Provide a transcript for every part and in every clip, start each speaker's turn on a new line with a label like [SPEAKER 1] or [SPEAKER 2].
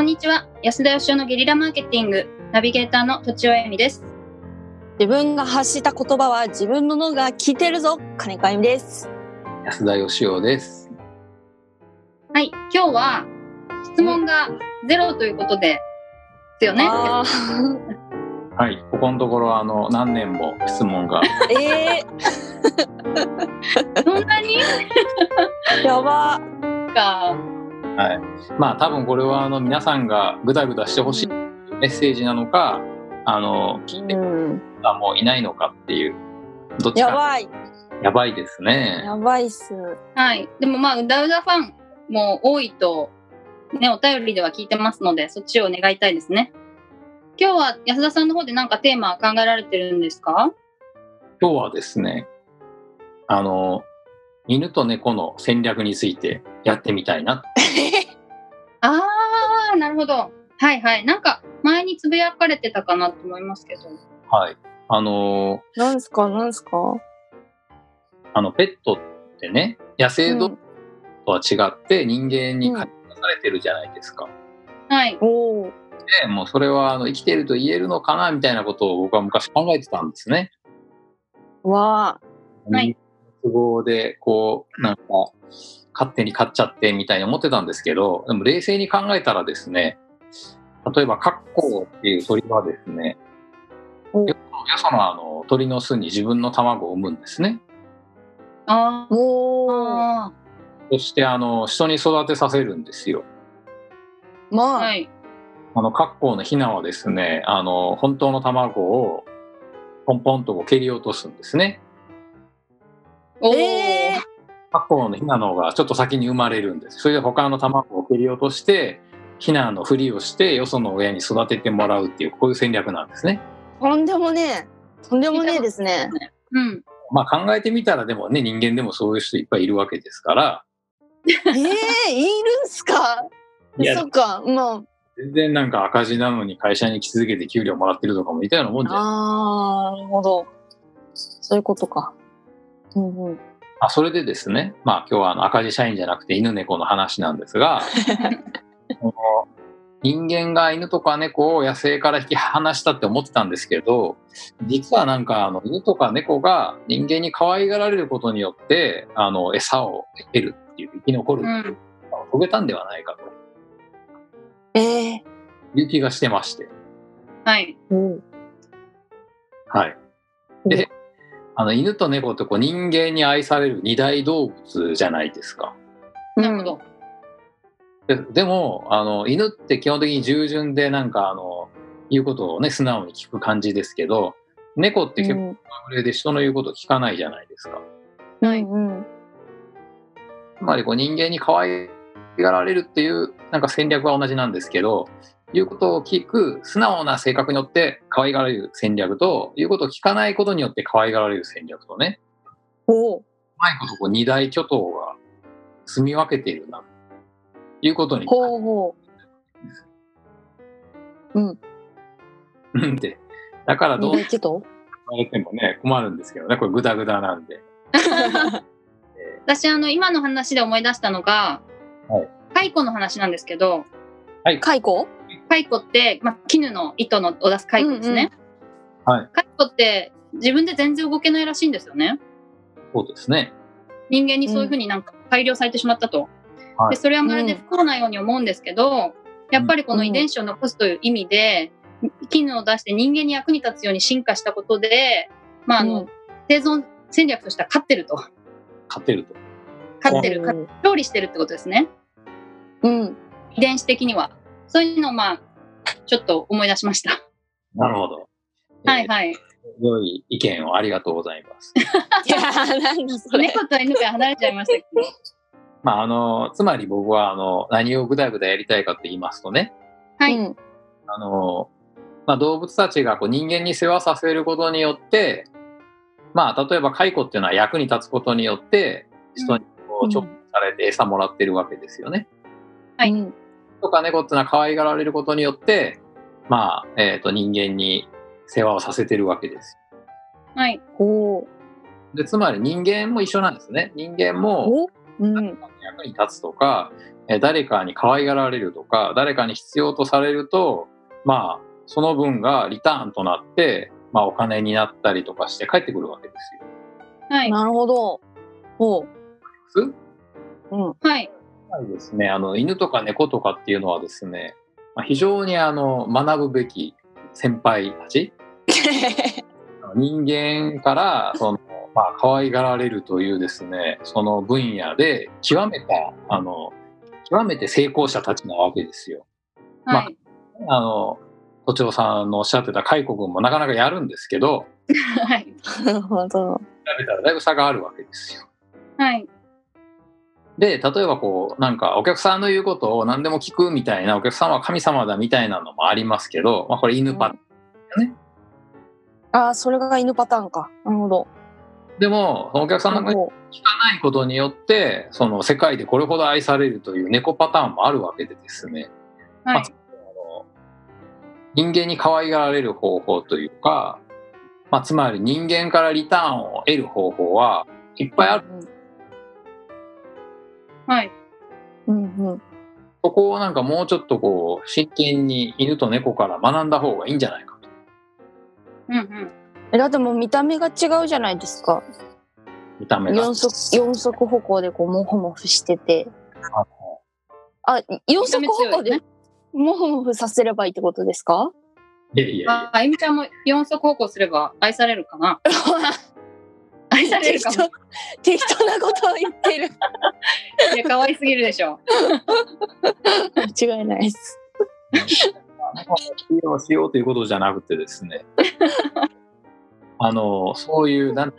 [SPEAKER 1] んにちは安田義生のゲリラマーケティングナビゲーターの土地尾恵美です
[SPEAKER 2] 自分が発した言葉は自分の脳が聞いてるぞ金子あゆみです
[SPEAKER 3] 安田義雄です。
[SPEAKER 1] はい今日は質問がゼロということでですよね
[SPEAKER 2] あ
[SPEAKER 3] はい、ここのところあの何年も質問 が
[SPEAKER 2] ーえ
[SPEAKER 1] そんなに
[SPEAKER 2] ー、やば
[SPEAKER 1] か
[SPEAKER 3] まあ多分これはあの皆さんがぐだぐだしてほしいメッセージなのかあの聞いて
[SPEAKER 2] う
[SPEAKER 3] くれ
[SPEAKER 2] ん
[SPEAKER 3] た方もいないのかっていうどっち
[SPEAKER 2] や
[SPEAKER 3] か
[SPEAKER 2] ばい
[SPEAKER 3] やばいですね。
[SPEAKER 2] やばい っす
[SPEAKER 1] はいでもまあうだうだファンも多いとねお便りでは聞いてますのでそっちを願いたいですね今日は安田さんの方で何かテーマ考えられてるんですか
[SPEAKER 3] 今日はですねあの犬と猫の戦略についてやってみたいな。
[SPEAKER 1] ああなるほどはいはいなんか前につぶやかれてたかなと思いますけど
[SPEAKER 3] はい、あの
[SPEAKER 2] なんすかなんすか
[SPEAKER 3] あのペットってね野生動物とは違って人間に感じされてるじゃないですか。
[SPEAKER 1] はい
[SPEAKER 2] おー
[SPEAKER 3] ねもうそれはあの生きてると言えるのかなみたいなことを僕は昔考えてたんですね。
[SPEAKER 2] わ
[SPEAKER 1] はい
[SPEAKER 3] 都合でこうなんか勝手に買っちゃってみたいに思ってたんですけどでも冷静に考えたらですね例えばカッコウっていう鳥はですね
[SPEAKER 2] お
[SPEAKER 3] よよそのあの鳥の巣に自分の卵を産むんですね。
[SPEAKER 1] あ
[SPEAKER 2] ーおー
[SPEAKER 1] あ
[SPEAKER 3] そしてあの人に育てさせるんですよ。
[SPEAKER 2] まあ、
[SPEAKER 1] はい
[SPEAKER 3] あのカッコウのヒナはですねあの本当の卵をポンポンとこう蹴り落とすんですね。
[SPEAKER 1] おー
[SPEAKER 2] え
[SPEAKER 3] カッコウのヒナの方がちょっと先に生まれるんです。それで他の卵を蹴り落として、ヒナのふりをして、よその親に育ててもらうっていう、こういう戦略なんですね。
[SPEAKER 2] ー、とんでもねえとんでもねえですね
[SPEAKER 1] うん
[SPEAKER 3] まあ考えてみたら、でもね、人間でもそういう人いっぱいいるわけですから、
[SPEAKER 2] えー、いるんすか
[SPEAKER 3] いや
[SPEAKER 2] そっかま
[SPEAKER 3] 全然なんか赤字なのに会社に来続けて給料もらってるとかもいたようなもん
[SPEAKER 2] あ
[SPEAKER 3] じゃない
[SPEAKER 2] あーなるほどそういうことかうんうん
[SPEAKER 3] あそれでですね、まあ今日はあの赤字社員じゃなくて犬猫の話なんで すが、この人間が犬とか猫を野生から引き離したって思ってたんですけど、実はなんかあの犬とか猫が人間に可愛がられることによって、あの餌を得るっていう、生き残る
[SPEAKER 1] う
[SPEAKER 3] ってい
[SPEAKER 1] ん
[SPEAKER 3] うのを遂げたんではないかと
[SPEAKER 2] ええ
[SPEAKER 3] いう気がしてまして、
[SPEAKER 1] はい
[SPEAKER 2] ー、うん
[SPEAKER 3] はい。
[SPEAKER 2] うん
[SPEAKER 3] で、あの犬と猫ってこう人間に愛される二大動物じゃないですか。
[SPEAKER 1] なるほど、
[SPEAKER 3] ででもあの犬って基本的に従順でなんかあの言うことをね素直に聞く感じですけど猫って結構
[SPEAKER 2] う
[SPEAKER 3] 無礼で人の言うこと聞かないじゃないですか、
[SPEAKER 2] ん
[SPEAKER 1] はい
[SPEAKER 2] うん
[SPEAKER 3] つまりこう人間に可愛がられるっていうなんか戦略は同じなんですけど言うことを聞く素直な性格によって可愛がられる戦略と言うことを聞かないことによって可愛がられる戦略とね
[SPEAKER 2] おう
[SPEAKER 3] うまいことこう二大巨頭が住み分けているなということに
[SPEAKER 2] ほうほう。うん。
[SPEAKER 3] うんってだからど
[SPEAKER 2] 二
[SPEAKER 3] う
[SPEAKER 2] 大 巨頭
[SPEAKER 3] 言われてもね困るんですけどねこれグダグダなんで
[SPEAKER 1] 私あの今の話で思い出したのが、
[SPEAKER 3] はい
[SPEAKER 1] 蚕の話なんですけど
[SPEAKER 2] 蚕
[SPEAKER 1] 蚕って、まあ、絹の糸のを出す蚕ですね、
[SPEAKER 3] うんうんはい
[SPEAKER 1] 蚕って自分で全然動けないらしいんですよね
[SPEAKER 3] そうですね
[SPEAKER 1] 人間にそういうふうになんか改良されてしまったと、
[SPEAKER 3] はい
[SPEAKER 1] でそれはまるで不幸なように思うんですけど、やっぱりこの遺伝子を残すという意味で機能を出して人間に役に立つように進化したことで、まああの
[SPEAKER 2] うん
[SPEAKER 1] 生存戦略としては勝ってると
[SPEAKER 3] 勝てると
[SPEAKER 1] 勝ってる勝勝利してるってことですね
[SPEAKER 2] うん。
[SPEAKER 1] 遺伝子的にはそういうのをまあちょっと思い出しました
[SPEAKER 3] なるほど、
[SPEAKER 1] はい
[SPEAKER 3] い、
[SPEAKER 1] はい
[SPEAKER 3] 良い意見をありがとうございます
[SPEAKER 2] いやー、なんだそれ。
[SPEAKER 1] 猫と犬から離れちゃいましたけど
[SPEAKER 3] まああのつまり僕はあの何をグダグダやりたいかって言いますとね
[SPEAKER 1] はい
[SPEAKER 2] うん。
[SPEAKER 3] あの、まあ、動物たちがこう人間に世話させることによってまあ例えば蚕っていうのは役に立つことによって人にこ
[SPEAKER 2] うん
[SPEAKER 3] う重宝されて餌もらってるわけですよね。
[SPEAKER 1] はい
[SPEAKER 2] うん
[SPEAKER 3] とか猫っていうのは可愛がられることによって、まあ、えっ、と、人間に世話をさせてるわけです。
[SPEAKER 1] はい
[SPEAKER 2] ほう。
[SPEAKER 3] で、つまり人間も一緒なんですね。人間も
[SPEAKER 2] おううん。
[SPEAKER 3] 役に立つとか、えー誰かに可愛がられるとか、誰かに必要とされると、まあ、その分がリターンとなって、まあ、お金になったりとかして帰ってくるわけですよ。
[SPEAKER 1] はい。
[SPEAKER 2] なるほど。ほ
[SPEAKER 3] 普通
[SPEAKER 2] う。うん。
[SPEAKER 1] はい。
[SPEAKER 3] はいですね、あの犬とか猫とかっていうのはですね、まあ、非常にあの学ぶべき先輩たち人間からその、まあ、可愛がられるというですねその分野で極めたあの極めて成功者たちなわけですよ。まあ
[SPEAKER 1] はい。
[SPEAKER 3] あの都庁さんのおっしゃってた海国もなかなかやるんですけど
[SPEAKER 1] はい。
[SPEAKER 2] なるほど。
[SPEAKER 3] 調べたらだいぶ差があるわけですよ。
[SPEAKER 1] はい。
[SPEAKER 3] で例えばこうなんかお客さんの言うことを何でも聞くみたいなお客さんは神様だみたいなのもありますけど、まあ、これ犬パターン
[SPEAKER 2] ああ、それが犬パターンか。なるほど。
[SPEAKER 3] でもお客さんの声が
[SPEAKER 2] ほ
[SPEAKER 3] 聞かないことによってその世界でこれほど愛されるという猫パターンもあるわけでですね
[SPEAKER 1] はい。
[SPEAKER 3] 人間に可愛がられる方法というか、まあ、つまり人間からリターンを得る方法はいっぱいある
[SPEAKER 1] はい。
[SPEAKER 2] ううんうん。
[SPEAKER 3] そこをなんかもうちょっとこう真剣に犬と猫から学んだ方がいいんじゃないかと
[SPEAKER 1] うんうん。
[SPEAKER 2] え、だってもう見た目が違うじゃないですか。
[SPEAKER 3] 見た目が
[SPEAKER 2] 四足、四足歩行でこう、モフモフしてて。あ、四足歩行で、モフモフさせればいいってことですか
[SPEAKER 3] いやいやいや
[SPEAKER 1] ああゆみちゃんも四足歩行すれば愛されるかな愛される
[SPEAKER 2] 適
[SPEAKER 1] か
[SPEAKER 2] 当
[SPEAKER 1] も。、
[SPEAKER 2] 適当なことを言っ てる。
[SPEAKER 1] いや、可愛すぎるでしょ。
[SPEAKER 2] 間違いないです。
[SPEAKER 3] 猫を利用しようということじゃなくてで すねあのそういうなん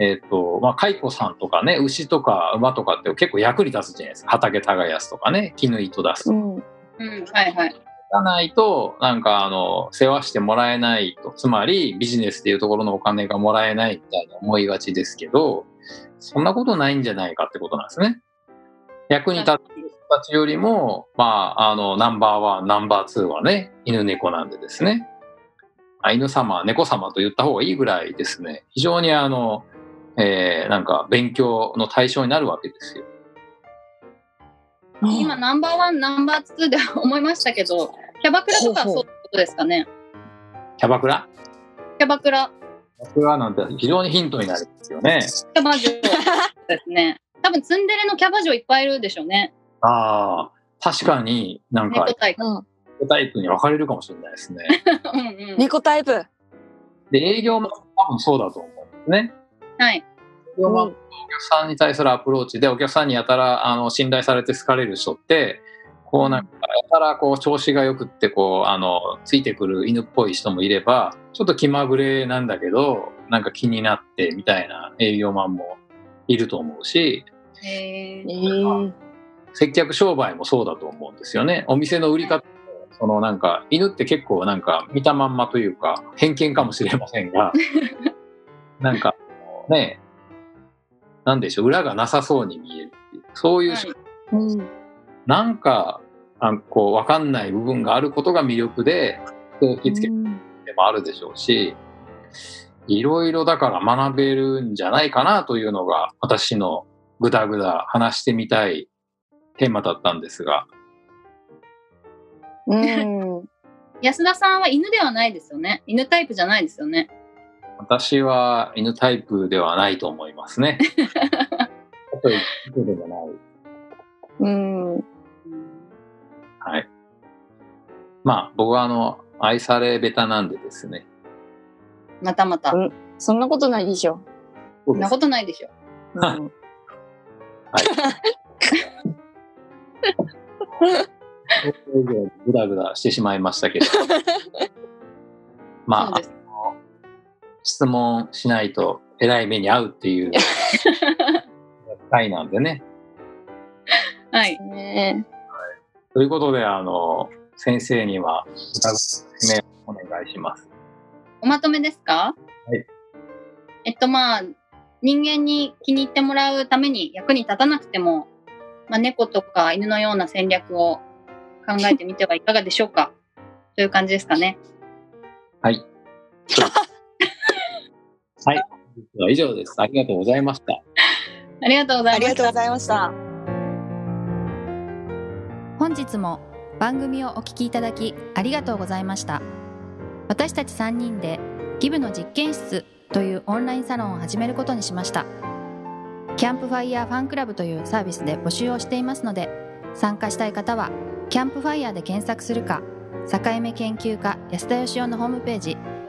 [SPEAKER 3] えっ、とまあ蚕さんとかね牛とか馬とかって結構役に立つじゃないですか畑耕すとかね絹糸出すと
[SPEAKER 2] う
[SPEAKER 3] か
[SPEAKER 2] ん。
[SPEAKER 1] うん。はいはい。
[SPEAKER 3] がないと、なんかあの、世話してもらえないと、つまりビジネスっていうところのお金がもらえないみたいな思いがちですけど、そんなことないんじゃないかってことなんですね。役に立つ人たちよりも、まあ、あの、ナンバーワン、ナンバーツーはね、犬猫なんでですね。あ犬様、猫様と言った方がいいぐらいですね、非常にあの、えーなんか勉強の対象になるわけですよ。
[SPEAKER 1] 今、ナンバーワン、ナンバーツーで思いましたけど、キャバクラとかはそういうことですかね。
[SPEAKER 3] キャバクラ
[SPEAKER 1] キャバクラ、
[SPEAKER 3] キャバクラなんて非常にヒントになるんですよね。
[SPEAKER 1] キャバ嬢ですね。多分ツンデレのキャバ嬢いっぱいいるでしょうね。
[SPEAKER 3] ああ、確かになんか
[SPEAKER 1] 猫タイプ。
[SPEAKER 2] うん。
[SPEAKER 3] タイプに分かれるかもしれないですね。
[SPEAKER 1] うんうん。
[SPEAKER 2] 猫タイプ。
[SPEAKER 3] で、営業も多分そうだと思うんですね。
[SPEAKER 1] はい。
[SPEAKER 3] 営業マンお客さんに対するアプローチで、お客さんにやたらあの信頼されて好かれる人って、こうなんか、やたらこう調子がよくって、こう、あの、ついてくる犬っぽい人もいれば、ちょっと気まぐれなんだけど、なんか気になってみたいな営業マンもいると思うし、
[SPEAKER 1] え
[SPEAKER 2] え
[SPEAKER 1] ー、
[SPEAKER 2] ー、
[SPEAKER 3] 接客商売もそうだと思うんですよね。お店の売り方もそのなんか犬って結構なんか見たまんまというか偏見かもしれませんがなんかねなんでしょう裏がなさそうに見えるっていうそういう、
[SPEAKER 1] はい
[SPEAKER 2] うん。
[SPEAKER 3] なんかあこう分かんない部分があることが魅力で人を引きつけるでもあるでしょうしいろいろだから学べるんじゃないかなというのが私のぐだぐだ話してみたいテーマだったんですが
[SPEAKER 2] うん。うん。
[SPEAKER 1] 安田さんは犬ではないですよね。犬タイプじゃないですよね。
[SPEAKER 3] 私は犬タイプではないと思いますね。あと犬でもない。
[SPEAKER 2] うん。
[SPEAKER 3] はい。まあ僕はあの愛されベタなんでですね。
[SPEAKER 1] またまた。
[SPEAKER 2] う
[SPEAKER 1] そ
[SPEAKER 2] んそんなことないでしょ。
[SPEAKER 1] んなことないでしょ。
[SPEAKER 2] うん、
[SPEAKER 3] ぐだぐだしてしまいました けど。ま
[SPEAKER 1] そう
[SPEAKER 3] あ
[SPEAKER 1] です。
[SPEAKER 3] 質問しないとえらい目に遭うっていう回なんでね。
[SPEAKER 1] はい。
[SPEAKER 2] ね
[SPEAKER 3] ということであの先生にはぐだぐだ説明をお願いします。
[SPEAKER 1] おまとめですか
[SPEAKER 3] はい。
[SPEAKER 1] えっとまあ、人間に気に入ってもらうために役に立たなくても、まあ、猫とか犬のような戦略を考えてみてはいかがでしょうかという感じですかね。
[SPEAKER 3] はい。はい。以上です。ありがとうございました。
[SPEAKER 1] あありがとうござ
[SPEAKER 4] あ
[SPEAKER 1] いま
[SPEAKER 4] りが
[SPEAKER 1] し
[SPEAKER 4] とう
[SPEAKER 1] た
[SPEAKER 4] ご。ざいました。
[SPEAKER 5] 本日も番組をお聞きいただきありがとうございました私たち3人でギブの実験室というオンラインサロンを始めることにしましたキャンプファイヤーファンクラブというサービスで募集をしていますので参加したい方はキャンプファイヤーで検索するか境目研究家安田義雄のホームページ